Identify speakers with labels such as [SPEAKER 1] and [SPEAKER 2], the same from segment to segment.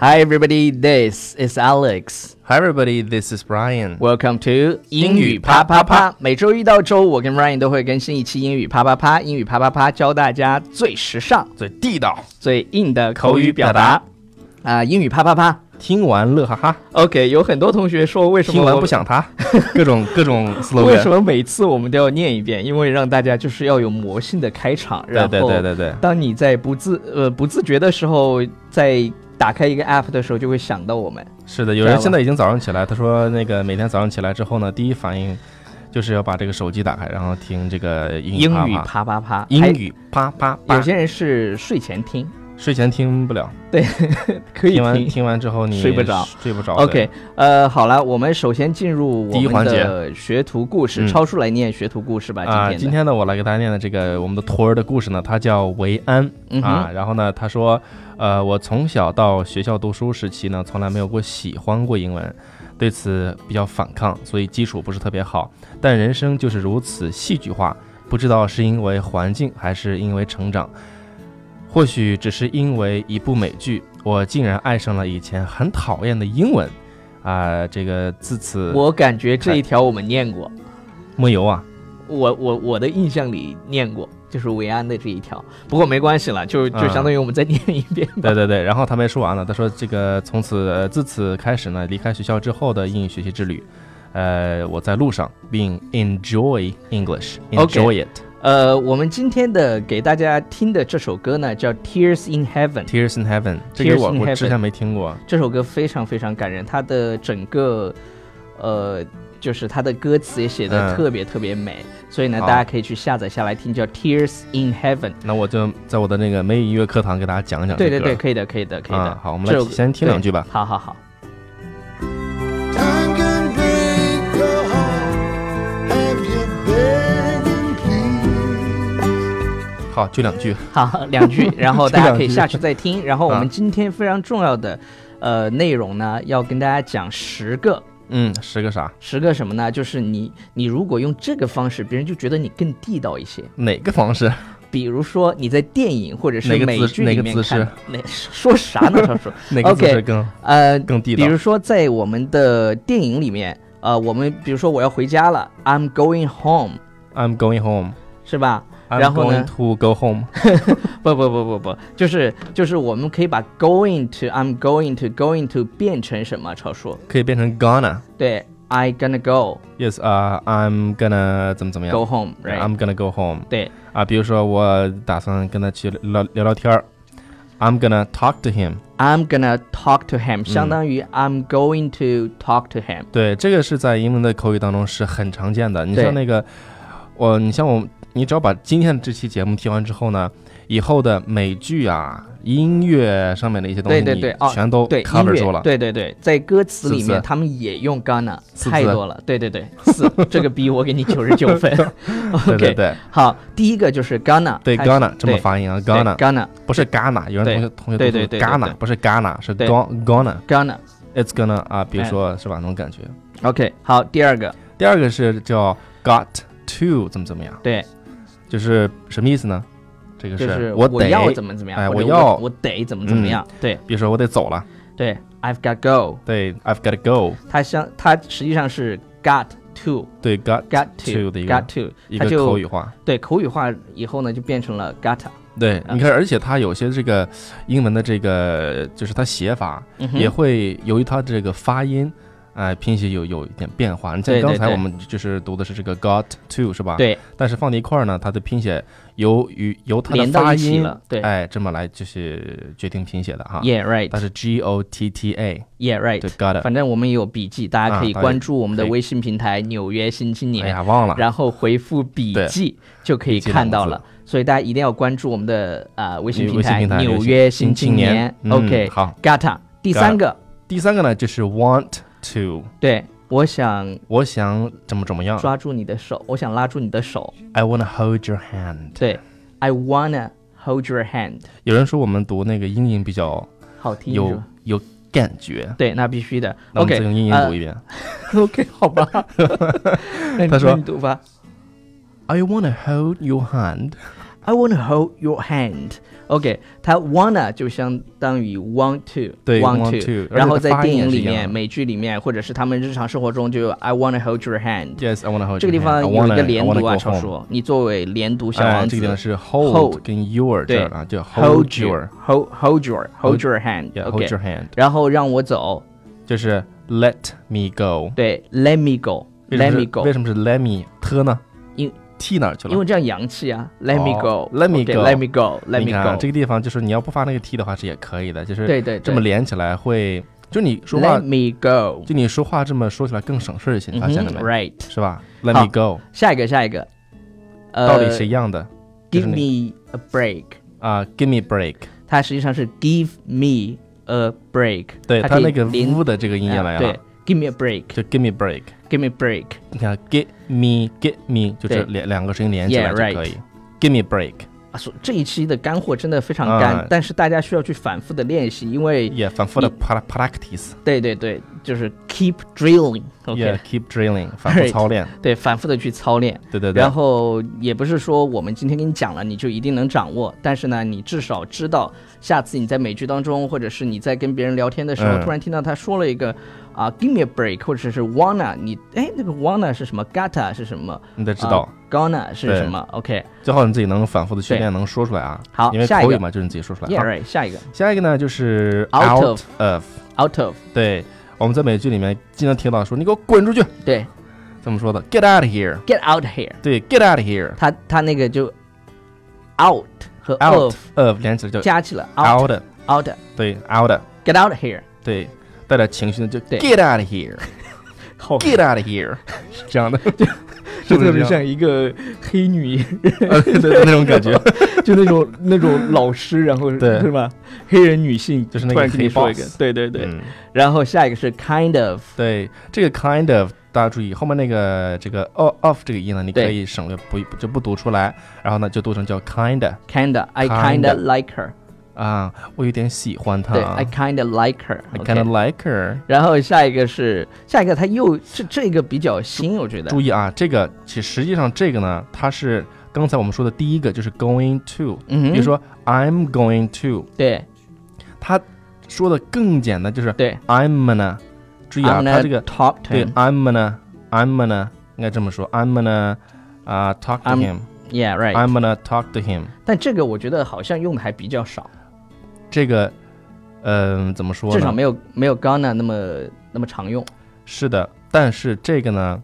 [SPEAKER 1] Hi everybody, this is Alex.
[SPEAKER 2] Hi everybody, this is Brian.
[SPEAKER 1] Welcome to
[SPEAKER 2] 英语啪啪啪。
[SPEAKER 1] 每周一到周五，我跟 Ryan 都会更新一期英语啪啪啪。英语啪啪啪教大家最时尚、
[SPEAKER 2] 最地道，
[SPEAKER 1] 最硬的口语表达。啊、英语啪啪啪。
[SPEAKER 2] 听完乐哈哈，
[SPEAKER 1] OK，有很多同学说为什么
[SPEAKER 2] 听完
[SPEAKER 1] 我
[SPEAKER 2] 不想他， 各种各种
[SPEAKER 1] 为什
[SPEAKER 2] slogan。
[SPEAKER 1] 么每次我们都要念一遍？因为让大家就是要有魔性的开场，然
[SPEAKER 2] 对
[SPEAKER 1] 后
[SPEAKER 2] 对对对对，
[SPEAKER 1] 当你在不自呃不自觉的时候，在打开一个 app 的时候，就会想到我们。
[SPEAKER 2] 是的，有
[SPEAKER 1] 知道
[SPEAKER 2] 人
[SPEAKER 1] 吧
[SPEAKER 2] 现在已经早上起来，他说那个每天早上起来之后呢，第一反应就是要把这个手机打开，然后听这个英
[SPEAKER 1] 英语
[SPEAKER 2] 语啪啪，
[SPEAKER 1] 啪啪啪，
[SPEAKER 2] 英语啪啪
[SPEAKER 1] 还
[SPEAKER 2] 啪。
[SPEAKER 1] 有些人是睡前听，
[SPEAKER 2] 睡前听不了，
[SPEAKER 1] 可以
[SPEAKER 2] 听完听完之后你
[SPEAKER 1] 睡不着，
[SPEAKER 2] 睡不着。
[SPEAKER 1] OK，呃，好了，我们首先进入
[SPEAKER 2] 第一
[SPEAKER 1] 我们
[SPEAKER 2] 环节
[SPEAKER 1] 的学徒故事，
[SPEAKER 2] 嗯
[SPEAKER 1] 超叔来念学徒故事吧。
[SPEAKER 2] 啊，
[SPEAKER 1] 今
[SPEAKER 2] 今
[SPEAKER 1] 天的，
[SPEAKER 2] 天呢，我来给大家念的这个我们的托儿的故事呢，它叫维安
[SPEAKER 1] 嗯哼
[SPEAKER 2] 啊。然后呢，他说，呃，我从小到学校读书时期呢，从来没有过喜欢过英文，对此比较反抗，所以基础不是特别好。但人生就是如此戏剧化，不知道是因为环境还是因为成长，或许只是因为一部美剧，我竟然爱上了以前很讨厌的英文。啊，这个自此
[SPEAKER 1] 我感觉这一条我们念过，
[SPEAKER 2] 没有啊，
[SPEAKER 1] 我我我的印象里念过，就是维安的这一条。不过没关系了，就就
[SPEAKER 2] 嗯
[SPEAKER 1] 相当于我们再念一遍吧。
[SPEAKER 2] 对对对，然后他没说完了，他说这个从此、呃自此开始呢，离开学校之后的英语学习之旅，呃，我在路上并 enjoy
[SPEAKER 1] OK
[SPEAKER 2] English，enjoy it，Tears
[SPEAKER 1] 呃，我们今天的给大家听的这首歌呢，叫《Tears in Heaven》。
[SPEAKER 2] in heaven，这个
[SPEAKER 1] Tears
[SPEAKER 2] 我
[SPEAKER 1] in
[SPEAKER 2] 我
[SPEAKER 1] Heaven
[SPEAKER 2] 之前没听过，
[SPEAKER 1] 这首歌非常非常感人，它的整个，呃，就是它的歌词也写的
[SPEAKER 2] 嗯
[SPEAKER 1] 特别特别美，所以呢，
[SPEAKER 2] 好
[SPEAKER 1] 大家可以去下载下来听，叫《Tears in Heaven》。
[SPEAKER 2] 那我就在我的那个美语音乐课堂给大家讲讲这
[SPEAKER 1] 对
[SPEAKER 2] 个。
[SPEAKER 1] 对对，可以的，可以的，可以的。
[SPEAKER 2] 啊好我们
[SPEAKER 1] 这
[SPEAKER 2] 来
[SPEAKER 1] 首歌
[SPEAKER 2] 先听两句吧
[SPEAKER 1] 对好好好，
[SPEAKER 3] Time can break your heart. Have you begging, please?
[SPEAKER 2] 好，就两句。
[SPEAKER 1] 好 两句，然后
[SPEAKER 2] 这
[SPEAKER 1] 大
[SPEAKER 2] 两句
[SPEAKER 1] 家可以下去再听。然后我们
[SPEAKER 2] 啊
[SPEAKER 1] 今天非常重要的，呃，内容呢，要跟大家讲十个。
[SPEAKER 2] 嗯，十个啥？
[SPEAKER 1] 十个什么呢？就是你，你如果用这个方式，别人就觉得你更地道一些。
[SPEAKER 2] 哪个方式？
[SPEAKER 1] 比如说你在电影或者是
[SPEAKER 2] 哪个
[SPEAKER 1] 美
[SPEAKER 2] 姿
[SPEAKER 1] 剧
[SPEAKER 2] 哪
[SPEAKER 1] 里
[SPEAKER 2] 个
[SPEAKER 1] 面
[SPEAKER 2] 姿
[SPEAKER 1] 看
[SPEAKER 2] 势
[SPEAKER 1] 的，哪说啥呢？他说，
[SPEAKER 2] 哪个姿
[SPEAKER 1] OK
[SPEAKER 2] 势更
[SPEAKER 1] 呃，
[SPEAKER 2] 更地
[SPEAKER 1] 比
[SPEAKER 2] 道？
[SPEAKER 1] 如说在我们的电影里面，呃，我们比如说我要回家了，I'm going home，
[SPEAKER 2] I'm going home。
[SPEAKER 1] 是吧？
[SPEAKER 2] I'm
[SPEAKER 1] 然后
[SPEAKER 2] going
[SPEAKER 1] 呢
[SPEAKER 2] to go home。
[SPEAKER 1] 不不不不不，就是就是我们可以把 going to，I'm going to，going to 变成什么？超叔，
[SPEAKER 2] 可以变成 gonna。
[SPEAKER 1] 对，I gonna go，go
[SPEAKER 2] Yes，啊、i m gonna 怎么怎么样
[SPEAKER 1] home，right？
[SPEAKER 2] I'm gonna go home。
[SPEAKER 1] 对
[SPEAKER 2] 啊，比如说我打算跟他去聊聊聊天儿，I'm gonna talk to him。
[SPEAKER 1] ，I'm gonna talk to him，相当于 I'm going to talk to him。
[SPEAKER 2] 对，这个是在英文的口语当中是很常见的。你
[SPEAKER 1] 对
[SPEAKER 2] 像那个，我，你像我，你只要把今天的这期节目听完之后呢，以后的美剧啊、音乐上面的一些东西，
[SPEAKER 1] 对对对哦
[SPEAKER 2] 你全都
[SPEAKER 1] 对音
[SPEAKER 2] cover 住
[SPEAKER 1] 乐，
[SPEAKER 2] 了。
[SPEAKER 1] 对对对，在歌词里
[SPEAKER 2] 是不
[SPEAKER 1] 面
[SPEAKER 2] 是
[SPEAKER 1] 他们也用 gonna，
[SPEAKER 2] 是不
[SPEAKER 1] 太
[SPEAKER 2] 是
[SPEAKER 1] 多了。对对对，四这个逼我给你九十九 分。
[SPEAKER 2] 对
[SPEAKER 1] OK，
[SPEAKER 2] 对对
[SPEAKER 1] 好，第一个就是 gonna，
[SPEAKER 2] 对
[SPEAKER 1] 它
[SPEAKER 2] Ghana 这么
[SPEAKER 1] 对
[SPEAKER 2] 发音啊
[SPEAKER 1] 对
[SPEAKER 2] ，Ghana
[SPEAKER 1] gonna
[SPEAKER 2] 不是 Ghana，有人
[SPEAKER 1] 对
[SPEAKER 2] 同学同学
[SPEAKER 1] 对
[SPEAKER 2] 都
[SPEAKER 1] 对
[SPEAKER 2] 说
[SPEAKER 1] 对对
[SPEAKER 2] Ghana
[SPEAKER 1] 对
[SPEAKER 2] 不是 Ghana，是
[SPEAKER 1] 对
[SPEAKER 2] Gon- Gonna，it's gonna
[SPEAKER 1] gonna。
[SPEAKER 2] 啊，比如
[SPEAKER 1] 哎
[SPEAKER 2] 说是吧，那种感觉。
[SPEAKER 1] OK，好，第二个，
[SPEAKER 2] 第二个是叫 got to 怎么怎么样。
[SPEAKER 1] 对，
[SPEAKER 2] 就是什么意思呢？这个
[SPEAKER 1] 就是
[SPEAKER 2] 我
[SPEAKER 1] 我
[SPEAKER 2] 得
[SPEAKER 1] 要怎么怎么样，
[SPEAKER 2] 哎
[SPEAKER 1] 或
[SPEAKER 2] 我
[SPEAKER 1] 者
[SPEAKER 2] 要嗯
[SPEAKER 1] 我得怎么怎么样。对
[SPEAKER 2] 比如说我得走了，
[SPEAKER 1] 对，I've got go，
[SPEAKER 2] 对，I've got to go，
[SPEAKER 1] 它相它实际上是 got to，got
[SPEAKER 2] 对，got
[SPEAKER 1] to，got
[SPEAKER 2] to 的一
[SPEAKER 1] got
[SPEAKER 2] 个
[SPEAKER 1] to，
[SPEAKER 2] 一
[SPEAKER 1] 它
[SPEAKER 2] 个
[SPEAKER 1] 就
[SPEAKER 2] 口语化。
[SPEAKER 1] 对口语化以后呢，就变成了 gotta。
[SPEAKER 2] 对，
[SPEAKER 1] 啊
[SPEAKER 2] 你看，而且它有些这个英文的这个就是它写法
[SPEAKER 1] 嗯哼
[SPEAKER 2] 也会由于它这个发音。哎，拼写有有一点变化。你像
[SPEAKER 1] 对对
[SPEAKER 2] 刚才
[SPEAKER 1] 对
[SPEAKER 2] 我们就是读的是这个 got to 是吧？。
[SPEAKER 1] 对
[SPEAKER 2] 但是放在一块儿呢，它的拼写由于由它的
[SPEAKER 1] 连到
[SPEAKER 2] 发
[SPEAKER 1] 一起
[SPEAKER 2] 音
[SPEAKER 1] 了对
[SPEAKER 2] 哎，这么来就是决定拼写的哈。
[SPEAKER 1] ，Yeah right，
[SPEAKER 2] 它是 g o t t a，
[SPEAKER 1] Yeah,
[SPEAKER 2] 对
[SPEAKER 1] right。
[SPEAKER 2] ，got it。
[SPEAKER 1] 反正我们也有笔记，大家可以
[SPEAKER 2] 啊大家
[SPEAKER 1] 关注我们的
[SPEAKER 2] 可以
[SPEAKER 1] 微信平台《纽约新青
[SPEAKER 2] 哎
[SPEAKER 1] 年》
[SPEAKER 2] 呀，忘了。
[SPEAKER 1] 然后回复“笔记”就可以
[SPEAKER 2] 笔记
[SPEAKER 1] 看到
[SPEAKER 2] 两个
[SPEAKER 1] 了。所以大家一定要关注我们的啊、呃微信平
[SPEAKER 2] 微信
[SPEAKER 1] 台
[SPEAKER 2] 平
[SPEAKER 1] 《
[SPEAKER 2] 台
[SPEAKER 1] 纽约新青年》
[SPEAKER 2] 嗯
[SPEAKER 1] OK，
[SPEAKER 2] 好。
[SPEAKER 1] ，Gata。第三个，
[SPEAKER 2] 第三个呢，就是 want to，
[SPEAKER 1] 对我想
[SPEAKER 2] 我想怎么怎么样
[SPEAKER 1] 抓住你的
[SPEAKER 2] 嗯
[SPEAKER 1] 手，我想拉住你的手。
[SPEAKER 2] ，I wanna hold your hand。
[SPEAKER 1] 对，I wanna hold your hand，
[SPEAKER 2] 有人说我们读那个英音比较
[SPEAKER 1] 好听是
[SPEAKER 2] 有
[SPEAKER 1] 吧？
[SPEAKER 2] 有感觉，
[SPEAKER 1] 对，那必须的。
[SPEAKER 2] 那我们再用英音读
[SPEAKER 1] OK，OK，
[SPEAKER 2] 一遍
[SPEAKER 1] 好吧。 那你
[SPEAKER 2] 他说
[SPEAKER 1] 那你读吧。呃
[SPEAKER 2] ，I wanna hold your hand。
[SPEAKER 1] I want to hold your hand。OK，它 wanna 就相当于 want to，
[SPEAKER 2] 对
[SPEAKER 1] want
[SPEAKER 2] want to，
[SPEAKER 1] 然后
[SPEAKER 2] 而且它
[SPEAKER 1] 在
[SPEAKER 2] 发
[SPEAKER 1] 电
[SPEAKER 2] 音也
[SPEAKER 1] 影
[SPEAKER 2] 是一
[SPEAKER 1] 里
[SPEAKER 2] 样
[SPEAKER 1] 面、
[SPEAKER 2] 的
[SPEAKER 1] 美剧里面，或者是他们日常生活中就有 I want to hold your hand。
[SPEAKER 2] Yes, I want to hold.
[SPEAKER 1] 这个地
[SPEAKER 2] your hand. I
[SPEAKER 1] 方有一
[SPEAKER 2] wanna- I
[SPEAKER 1] 个连
[SPEAKER 2] wanna
[SPEAKER 1] 读啊，
[SPEAKER 2] go
[SPEAKER 1] 超
[SPEAKER 2] home
[SPEAKER 1] 叔，你作为连读小
[SPEAKER 2] 哎
[SPEAKER 1] 王子，
[SPEAKER 2] 这个地方是
[SPEAKER 1] hold，
[SPEAKER 2] hold 跟 your 这
[SPEAKER 1] 对
[SPEAKER 2] 儿了，啊就
[SPEAKER 1] hold
[SPEAKER 2] your
[SPEAKER 1] your，hold hold your hold
[SPEAKER 2] Hold-
[SPEAKER 1] your hand，OK，、
[SPEAKER 2] yeah hold your hand，
[SPEAKER 1] 然后让我走，
[SPEAKER 2] 就是 let me go。
[SPEAKER 1] 对，let me
[SPEAKER 2] 为什
[SPEAKER 1] go，let
[SPEAKER 2] 么是
[SPEAKER 1] me go，
[SPEAKER 2] 为什么是 let me 特呢？
[SPEAKER 1] 因
[SPEAKER 2] t 哪儿去了？
[SPEAKER 1] 因为这样洋气啊，let me
[SPEAKER 2] 哦
[SPEAKER 1] go，let
[SPEAKER 2] ，let me go
[SPEAKER 1] let me go，let
[SPEAKER 2] 你看啊
[SPEAKER 1] me
[SPEAKER 2] 这个
[SPEAKER 1] go，
[SPEAKER 2] 地方就是你要不发那个 t 的话是也可以的，就是
[SPEAKER 1] 对对对
[SPEAKER 2] 这么连起来会，就你说话
[SPEAKER 1] let me go，
[SPEAKER 2] 就你说话这么说起来更省事儿一些，你
[SPEAKER 1] 嗯
[SPEAKER 2] 发
[SPEAKER 1] 哼
[SPEAKER 2] 现了没？
[SPEAKER 1] ，right，
[SPEAKER 2] 是吧？Let me
[SPEAKER 1] 好
[SPEAKER 2] go，
[SPEAKER 1] 下一个下一个，呃
[SPEAKER 2] 道理是一样的。就是
[SPEAKER 1] ，give
[SPEAKER 2] 那
[SPEAKER 1] me a break，
[SPEAKER 2] 啊，give me break，
[SPEAKER 1] 它实际上是 give me a break，
[SPEAKER 2] 对
[SPEAKER 1] 它
[SPEAKER 2] 他
[SPEAKER 1] 可以
[SPEAKER 2] 那个
[SPEAKER 1] 连
[SPEAKER 2] v 的这个音也来
[SPEAKER 1] 对
[SPEAKER 2] 了，
[SPEAKER 1] ，give me a
[SPEAKER 2] 就
[SPEAKER 1] break，give
[SPEAKER 2] give me break。
[SPEAKER 1] me a break，
[SPEAKER 2] 你看 get me get me 就
[SPEAKER 1] 对
[SPEAKER 2] 这两两个声音连起来
[SPEAKER 1] Yeah,
[SPEAKER 2] 就可以。Give me break
[SPEAKER 1] 啊，所这一期的干货真的非常干，
[SPEAKER 2] 啊
[SPEAKER 1] 但是大家需要去反复的练习，因为
[SPEAKER 2] 也反复的
[SPEAKER 1] 你
[SPEAKER 2] practice，
[SPEAKER 1] 对对对，就是 keep drilling，OK，、
[SPEAKER 2] 也 keep drilling 反复
[SPEAKER 1] Right
[SPEAKER 2] 操练。
[SPEAKER 1] 对，反复的去操练。
[SPEAKER 2] 对对对
[SPEAKER 1] 然。后也不是说我们今天给你讲了，你就一定能掌握，但是呢，你至少知道下次你在美剧当中，或者是你在跟别人聊天的时候，
[SPEAKER 2] 嗯
[SPEAKER 1] 突然听到他说了一个啊，give me a break，或者是 wanna，你哎那个 wanna 是什么，gotta 是什么，
[SPEAKER 2] 你得知道
[SPEAKER 1] 啊，gonna 是
[SPEAKER 2] 对
[SPEAKER 1] 什么，OK，
[SPEAKER 2] 最好你自己能反复的训
[SPEAKER 1] 对
[SPEAKER 2] 练，能说出来啊。
[SPEAKER 1] 好
[SPEAKER 2] 因为
[SPEAKER 1] 下一
[SPEAKER 2] 口
[SPEAKER 1] 个
[SPEAKER 2] 语嘛，就是你自己说出来。
[SPEAKER 1] yeah
[SPEAKER 2] 好
[SPEAKER 1] right，下一个
[SPEAKER 2] 下一个呢就是
[SPEAKER 1] Out
[SPEAKER 2] out of，
[SPEAKER 1] out of，
[SPEAKER 2] 对，我们在美剧里面经常听到说你给我滚出去，
[SPEAKER 1] 对
[SPEAKER 2] 怎么说的？Get out of here，
[SPEAKER 1] ，get out here，
[SPEAKER 2] 对，Get out of here。
[SPEAKER 1] 他他那个就 out 和
[SPEAKER 2] out
[SPEAKER 1] of
[SPEAKER 2] of 连起来就
[SPEAKER 1] 加起来 out
[SPEAKER 2] out，
[SPEAKER 1] out，get
[SPEAKER 2] 对，out，
[SPEAKER 1] out here，
[SPEAKER 2] 对，带点情绪的就
[SPEAKER 1] 对
[SPEAKER 2] get out of here，get
[SPEAKER 1] 好
[SPEAKER 2] out of here，是这样的，是
[SPEAKER 1] 就
[SPEAKER 2] 不是
[SPEAKER 1] 特别
[SPEAKER 2] 这样？
[SPEAKER 1] 像一个黑女，
[SPEAKER 2] 呃 对对那种感觉，
[SPEAKER 1] 就那种那种老师，然后
[SPEAKER 2] 对
[SPEAKER 1] 是吧？黑人女性
[SPEAKER 2] 就是那个
[SPEAKER 1] 突然跟你
[SPEAKER 2] 黑
[SPEAKER 1] 说一个
[SPEAKER 2] boss，
[SPEAKER 1] 对 对对。
[SPEAKER 2] 嗯，
[SPEAKER 1] 然后下一个是 kind of，
[SPEAKER 2] 对，这个 kind of。大家注意后面那个这个 o of 这个音呢，你可
[SPEAKER 1] 对
[SPEAKER 2] 以省略不就不读出来，然后呢就读成叫 kind
[SPEAKER 1] kinda I
[SPEAKER 2] Kinda
[SPEAKER 1] kinda like her，
[SPEAKER 2] 啊，我有点喜欢他
[SPEAKER 1] 对，I kinda like
[SPEAKER 2] I kind
[SPEAKER 1] her，OK。
[SPEAKER 2] of like her。
[SPEAKER 1] 然后下一个是下一个，他又这这个比较新，我觉得
[SPEAKER 2] 注意啊，这个其实际上这个呢，它是刚才我们说的第一个就是 going to，
[SPEAKER 1] 嗯哼
[SPEAKER 2] 比如说 I'm going to，
[SPEAKER 1] 对
[SPEAKER 2] 它说的更简单，就是
[SPEAKER 1] 对
[SPEAKER 2] I'm gonna。注意啊，
[SPEAKER 1] ，I'm
[SPEAKER 2] 它
[SPEAKER 1] gonna
[SPEAKER 2] 这个
[SPEAKER 1] talk to
[SPEAKER 2] 对
[SPEAKER 1] him，
[SPEAKER 2] I'm gonna，I'm gonna 应该这么说，I'm gonna 啊 talk to
[SPEAKER 1] I'm-
[SPEAKER 2] him，I'm
[SPEAKER 1] yeah right。
[SPEAKER 2] gonna talk to him。
[SPEAKER 1] 但这个我觉得好像用的还比较少。
[SPEAKER 2] 这个，嗯，怎么说
[SPEAKER 1] 至少
[SPEAKER 2] 呢？
[SPEAKER 1] 没有没有 Ghana 那么那么常用。
[SPEAKER 2] 是的，但是这个呢，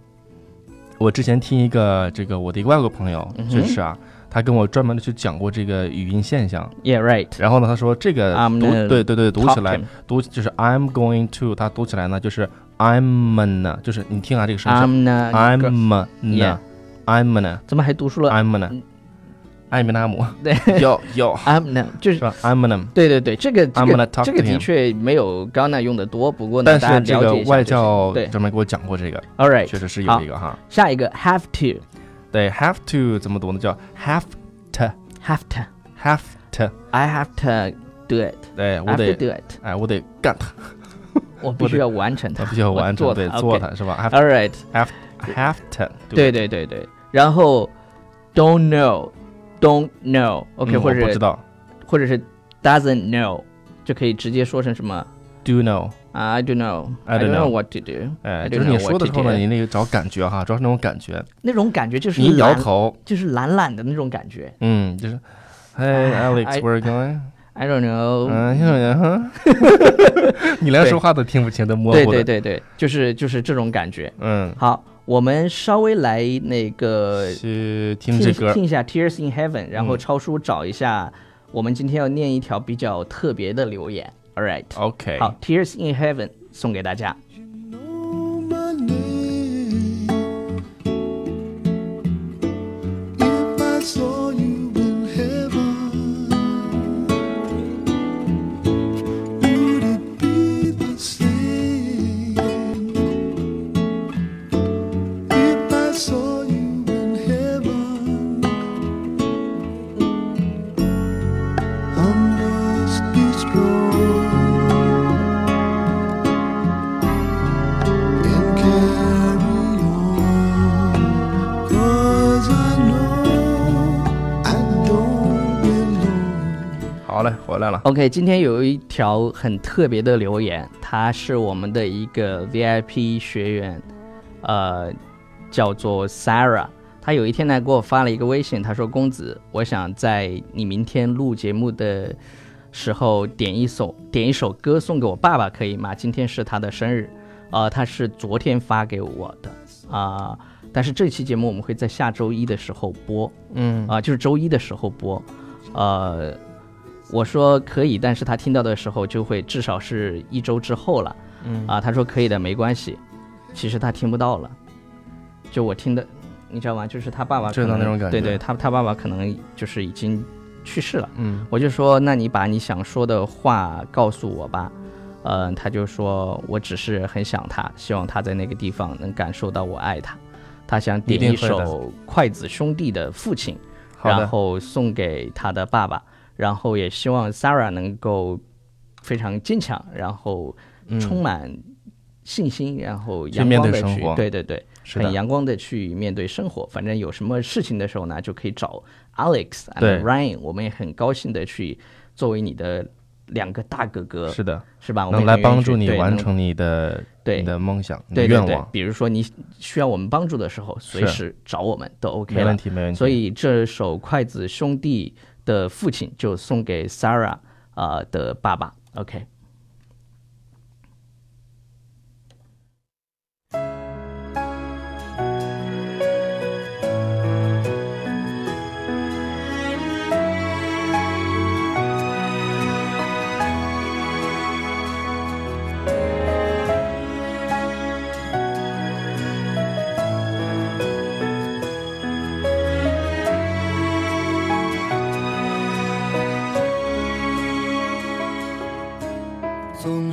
[SPEAKER 2] 我之前听一个这个我的一个外国朋友，
[SPEAKER 1] 嗯哼
[SPEAKER 2] 就是啊，他跟我专门的去讲过这个语音现象。
[SPEAKER 1] Yeah, right.
[SPEAKER 2] 然后呢，他说这个
[SPEAKER 1] 嗯 I'm
[SPEAKER 2] 读
[SPEAKER 1] gonna
[SPEAKER 2] 对对对读
[SPEAKER 1] Talk
[SPEAKER 2] 起来
[SPEAKER 1] him.
[SPEAKER 2] 读就是 I'm going to，它读起来呢就是 I'm gonna，就是你听下这个声音
[SPEAKER 1] ，I'm not
[SPEAKER 2] 是 I'm
[SPEAKER 1] girl- Yeah 嗯
[SPEAKER 2] gonna，I'm gonna，I'm
[SPEAKER 1] 怎么还读出了
[SPEAKER 2] gonna，艾米纳 姆，
[SPEAKER 1] 对
[SPEAKER 2] 要要
[SPEAKER 1] I'm not？就是是
[SPEAKER 2] 吧？I'm gonna，
[SPEAKER 1] 对对对，这个这
[SPEAKER 2] I'm gonna
[SPEAKER 1] 个
[SPEAKER 2] talk
[SPEAKER 1] 这个
[SPEAKER 2] to
[SPEAKER 1] 的
[SPEAKER 2] him
[SPEAKER 1] 确没有 Ghana 用的多，不过呢，
[SPEAKER 2] 但
[SPEAKER 1] 大家
[SPEAKER 2] 是这
[SPEAKER 1] 了
[SPEAKER 2] 个
[SPEAKER 1] 解一下
[SPEAKER 2] 外
[SPEAKER 1] 就行
[SPEAKER 2] 教
[SPEAKER 1] 对
[SPEAKER 2] 专门给我讲过这个，
[SPEAKER 1] All right，
[SPEAKER 2] 确实是
[SPEAKER 1] 好
[SPEAKER 2] 有一个哈。
[SPEAKER 1] 下一个 have to
[SPEAKER 2] 哎对，have to 怎么读呢？叫 have to，have
[SPEAKER 1] have to
[SPEAKER 2] to，
[SPEAKER 1] I have to do it
[SPEAKER 2] 对我
[SPEAKER 1] I have
[SPEAKER 2] 得
[SPEAKER 1] to do it，
[SPEAKER 2] 哎，我得干它，
[SPEAKER 1] 我必须要完成它
[SPEAKER 2] 我，必须要
[SPEAKER 1] 我
[SPEAKER 2] 完成，
[SPEAKER 1] 做
[SPEAKER 2] 对
[SPEAKER 1] 它，
[SPEAKER 2] 做
[SPEAKER 1] OK
[SPEAKER 2] 它是吧？have
[SPEAKER 1] All right，
[SPEAKER 2] have have to，
[SPEAKER 1] 对对对对，然后 don't know，don't know，OK，
[SPEAKER 2] 嗯
[SPEAKER 1] 或
[SPEAKER 2] 我不知
[SPEAKER 1] 者
[SPEAKER 2] 道
[SPEAKER 1] 或者是 doesn't know，就可以直接说成什么。
[SPEAKER 2] ，do know。
[SPEAKER 1] I don't know.
[SPEAKER 2] I don't
[SPEAKER 1] don't
[SPEAKER 2] know.
[SPEAKER 1] know what to do.
[SPEAKER 2] 哎，
[SPEAKER 1] I
[SPEAKER 2] 就是
[SPEAKER 1] don't
[SPEAKER 2] 你
[SPEAKER 1] know
[SPEAKER 2] 说
[SPEAKER 1] what
[SPEAKER 2] 的
[SPEAKER 1] to
[SPEAKER 2] 时候呢，
[SPEAKER 1] do.
[SPEAKER 2] 你那个找感觉哈，主要是那种感觉，
[SPEAKER 1] 那种感觉就是
[SPEAKER 2] 你一摇
[SPEAKER 1] 懒，
[SPEAKER 2] 头，
[SPEAKER 1] 就是懒懒的那种感觉。
[SPEAKER 2] 嗯，就是，Hey
[SPEAKER 1] 哎
[SPEAKER 2] Alex,
[SPEAKER 1] I-
[SPEAKER 2] where are you going？
[SPEAKER 1] I don't know.
[SPEAKER 2] 嗯，就是哼 你连说话都听不清，都模
[SPEAKER 1] 对
[SPEAKER 2] 糊
[SPEAKER 1] 对
[SPEAKER 2] 的。
[SPEAKER 1] 对对，就是就是这种感觉。
[SPEAKER 2] 嗯，
[SPEAKER 1] 好，我们稍微来那个
[SPEAKER 2] 去听这
[SPEAKER 1] 听
[SPEAKER 2] 歌嗯
[SPEAKER 1] 听，一下《Tears in Heaven》，然后超叔找一下，我们今天要念一条比较特别的留言。All right，
[SPEAKER 2] OK，
[SPEAKER 1] 好，《Tears in Heaven》送给大家。
[SPEAKER 3] know my name. If I saw you in heaven, would it be the same? If I saw you in heaven, I must be strong.
[SPEAKER 2] 回来了。
[SPEAKER 1] OK，今天有一条很特别的留言，他是我们的一个 VIP 学员，呃，叫做 Sarah。他有一天呢给我发了一个微信，他说：“公子，我想在你明天录节目的时候点一首点一首歌送给我爸爸，可以吗？今天是他的生日，呃，他是昨天发给我的啊、但是这期节目我们会在下周一的时候播。”
[SPEAKER 2] 嗯
[SPEAKER 1] 啊、就是周一的时候播，呃，我说可以，但是他听到的时候就会至少是一周之后了，
[SPEAKER 2] 嗯
[SPEAKER 1] 啊、他说可以的，没关系，其实他听不到了，就我听的，你知道吗？就是他爸爸可
[SPEAKER 2] 知道
[SPEAKER 1] 能
[SPEAKER 2] 那种感
[SPEAKER 1] 对
[SPEAKER 2] 觉
[SPEAKER 1] 对，他他爸爸可能就是已经去世了，
[SPEAKER 2] 嗯
[SPEAKER 1] 我就说那你把你想说的话告诉我吧。嗯、他就说我只是很想他，希望他在那个地方能感受到我爱他。他想
[SPEAKER 2] 一
[SPEAKER 1] 点
[SPEAKER 2] 定
[SPEAKER 1] 一
[SPEAKER 2] 会的
[SPEAKER 1] 首筷子兄弟的父亲。
[SPEAKER 2] 好
[SPEAKER 1] 然
[SPEAKER 2] 的，
[SPEAKER 1] 后送给他的爸爸，然后也希望 Sarah 能够非常坚强，然后
[SPEAKER 2] 嗯
[SPEAKER 1] 充满信心，然后
[SPEAKER 2] 去
[SPEAKER 1] 阳
[SPEAKER 2] 面
[SPEAKER 1] 光
[SPEAKER 2] 对
[SPEAKER 1] 的
[SPEAKER 2] 生
[SPEAKER 1] 去，
[SPEAKER 2] 活
[SPEAKER 1] 对对对，
[SPEAKER 2] 是
[SPEAKER 1] 很
[SPEAKER 2] 的，
[SPEAKER 1] 阳光的去面对生活。反正有什么事情的时候呢，就可以找 Alex
[SPEAKER 2] 对
[SPEAKER 1] and Ryan，我们也很高兴的去作为你的两个大哥哥，
[SPEAKER 2] 是的，
[SPEAKER 1] 是吧？我们
[SPEAKER 2] 能来
[SPEAKER 1] 也很愿意
[SPEAKER 2] 帮
[SPEAKER 1] 去
[SPEAKER 2] 助你
[SPEAKER 1] 对
[SPEAKER 2] 完
[SPEAKER 1] 能
[SPEAKER 2] 成你的
[SPEAKER 1] 对
[SPEAKER 2] 你的梦想、你的
[SPEAKER 1] 对对
[SPEAKER 2] 愿
[SPEAKER 1] 对
[SPEAKER 2] 望，
[SPEAKER 1] 比如说你需要我们帮助的时候，随
[SPEAKER 2] 是
[SPEAKER 1] 时找我们都 OK
[SPEAKER 2] 没
[SPEAKER 1] 了
[SPEAKER 2] 问。题，没问题。
[SPEAKER 1] 所以这首《筷子兄弟的父亲》就送给 Sarah 呃的爸爸。OK，
[SPEAKER 3] 总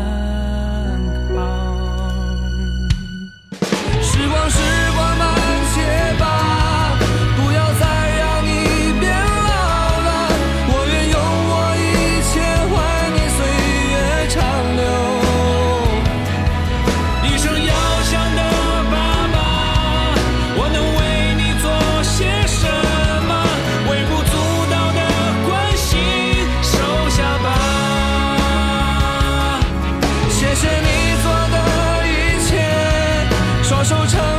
[SPEAKER 4] 康。时光，时光慢些吧，不要再让你变老了。我愿用我一切换你岁月长流。一生要强的爸爸，我能为你做些什么？微不足道的关心，收下吧。谢谢你做的一切，双手撑啊